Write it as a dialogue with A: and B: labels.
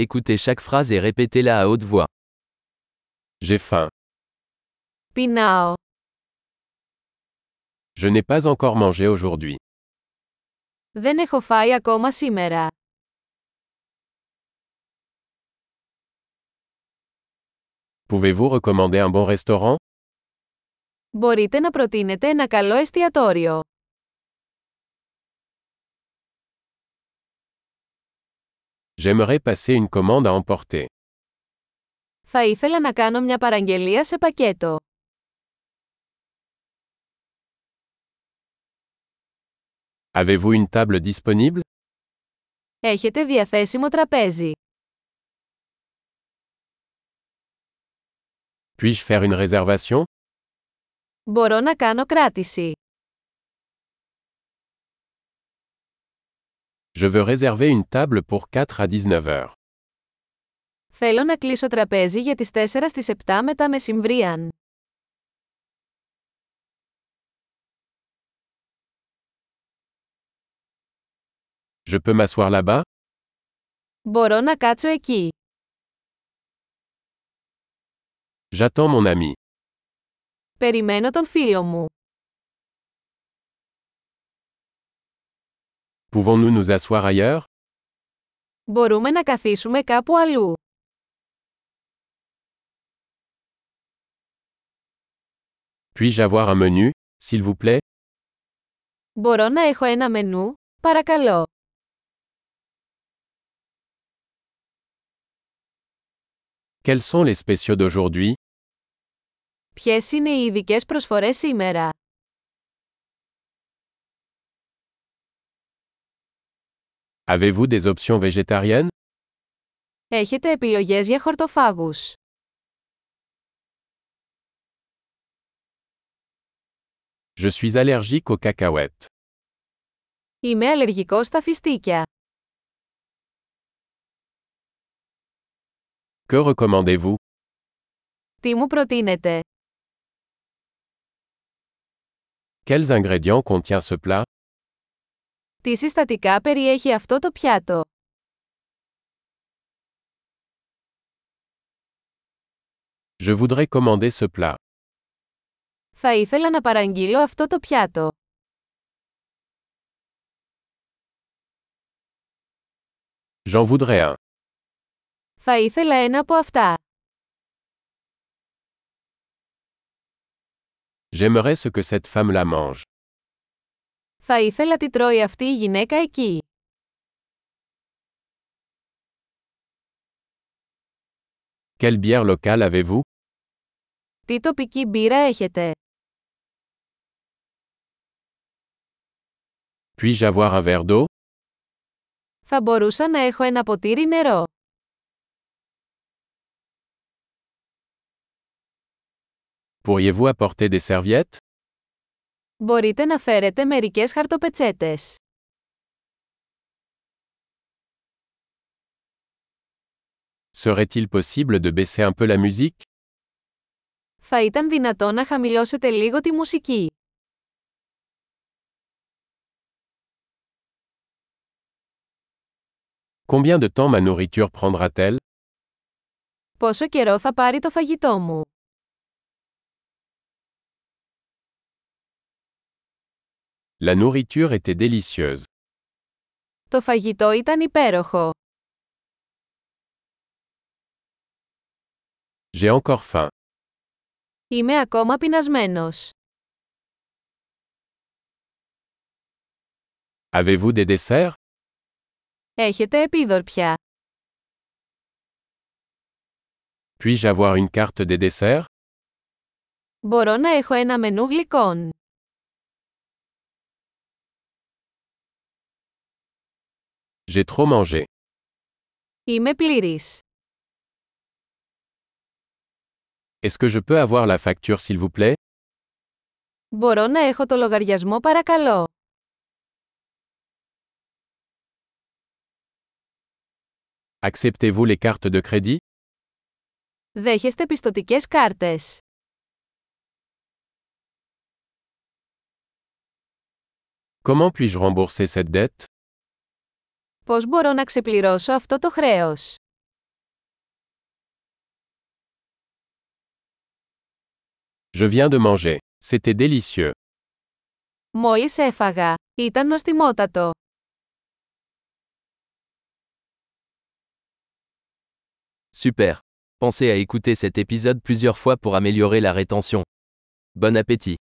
A: Écoutez chaque phrase et répétez-la à haute voix.
B: J'ai faim.
C: Πεινάω.
B: Je n'ai pas encore mangé aujourd'hui.
C: Δεν έχω φάει ακόμα σήμερα.
B: Pouvez-vous recommander un bon restaurant
C: Μπορείτε να προτείνετε ένα καλό εστιατόριο.
B: J'aimerais passer une commande à emporter.
C: Θα ήθελα να κάνω μια παραγγελία σε πακέτο.
B: Avez-vous une table disponible
C: Έχετε διαθέσιμο τραπέζι.
B: Puis-je faire une réservation
C: Μπορώ να κάνω κράτηση.
B: Je veux réserver une table pour 4 à 19 heures.
C: Θέλω να κλείσω τραπέζι για τις 4 στις 7 μετά μεσημβρίαν.
B: Je peux m'asseoir là-bas
C: Μπορώ να κάτσω εκεί.
B: J'attends mon ami.
C: Περιμένω τον φίλο μου.
B: Pouvons-nous nous asseoir ailleurs
C: Μπορούμε να καθίσουμε κάπου αλλού.
B: Puis-je avoir un menu, s'il vous plaît
C: Μπορώ να έχω ένα μενού, παρακαλώ.
B: Quels sont les spéciaux d'aujourd'hui
C: Ποιες είναι οι ειδικέ προσφορές σήμερα.
B: Avez-vous des options végétariennes
C: Έχετε επιλογές για χορτοφάγους.
B: Je suis allergique aux cacahuètes.
C: Είμαι αλλεργικός στα φιστίκια.
B: Que recommandez-vous
C: Τι μου προτείνετε.
B: Quels ingrédients contient ce plat
C: Τι συστατικά περιέχει αυτό το πιάτο.
B: Je voudrais commander ce plat.
C: Θα ήθελα να παραγγείλω αυτό το πιάτο.
B: J'en voudrais un.
C: Θα ήθελα ένα από αυτά.
B: J'aimerais ce que cette femme la mange.
C: Θα ήθελα τι τρώει αυτή η γυναίκα εκεί.
B: Quelle bière locale avez-vous
C: Τι τοπική μπύρα έχετε.
B: Puis-je avoir un verre d'eau
C: Θα μπορούσα να έχω ένα ποτήρι νερό.
B: Pourriez-vous apporter des serviettes
C: Μπορείτε να φέρετε μερικές χαρτοπετσέτες.
B: Serait-il possible de baisser un peu la musique
C: Θα ήταν δυνατό να χαμηλώσετε λίγο τη μουσική.
B: Combien de temps ma nourriture prendra-t-elle
C: Πόσο καιρό θα πάρει το φαγητό μου.
B: La nourriture était délicieuse.
C: Το φαγητό ήταν υπέροχο.
B: J'ai encore faim.
C: Είμαι ακόμα πεινασμένος.
B: Avez-vous des desserts
C: Έχετε επίδορπια.
B: Puis-je avoir une carte des desserts
C: Μπορώ να έχω ένα μενού γλυκών.
B: J'ai trop mangé.
C: Είμαι πλήρης.
B: Est-ce que je peux avoir la facture s'il vous plaît
C: Μπορώ να έχω το λογαριασμό παρακαλώ.
B: Acceptez-vous les cartes de crédit
C: Δέχεστε πιστοτικές κάρτες.
B: Comment puis-je rembourser cette dette
C: Πώς μπορώ να ξεπληρώσω αυτό το χρέος.
D: Je viens de manger. C'était délicieux.
C: Μόλις έφαγα. Ήταν νοστιμότατο.
B: Super. Pensez à écouter cet épisode plusieurs fois pour améliorer la rétention. Bon appétit.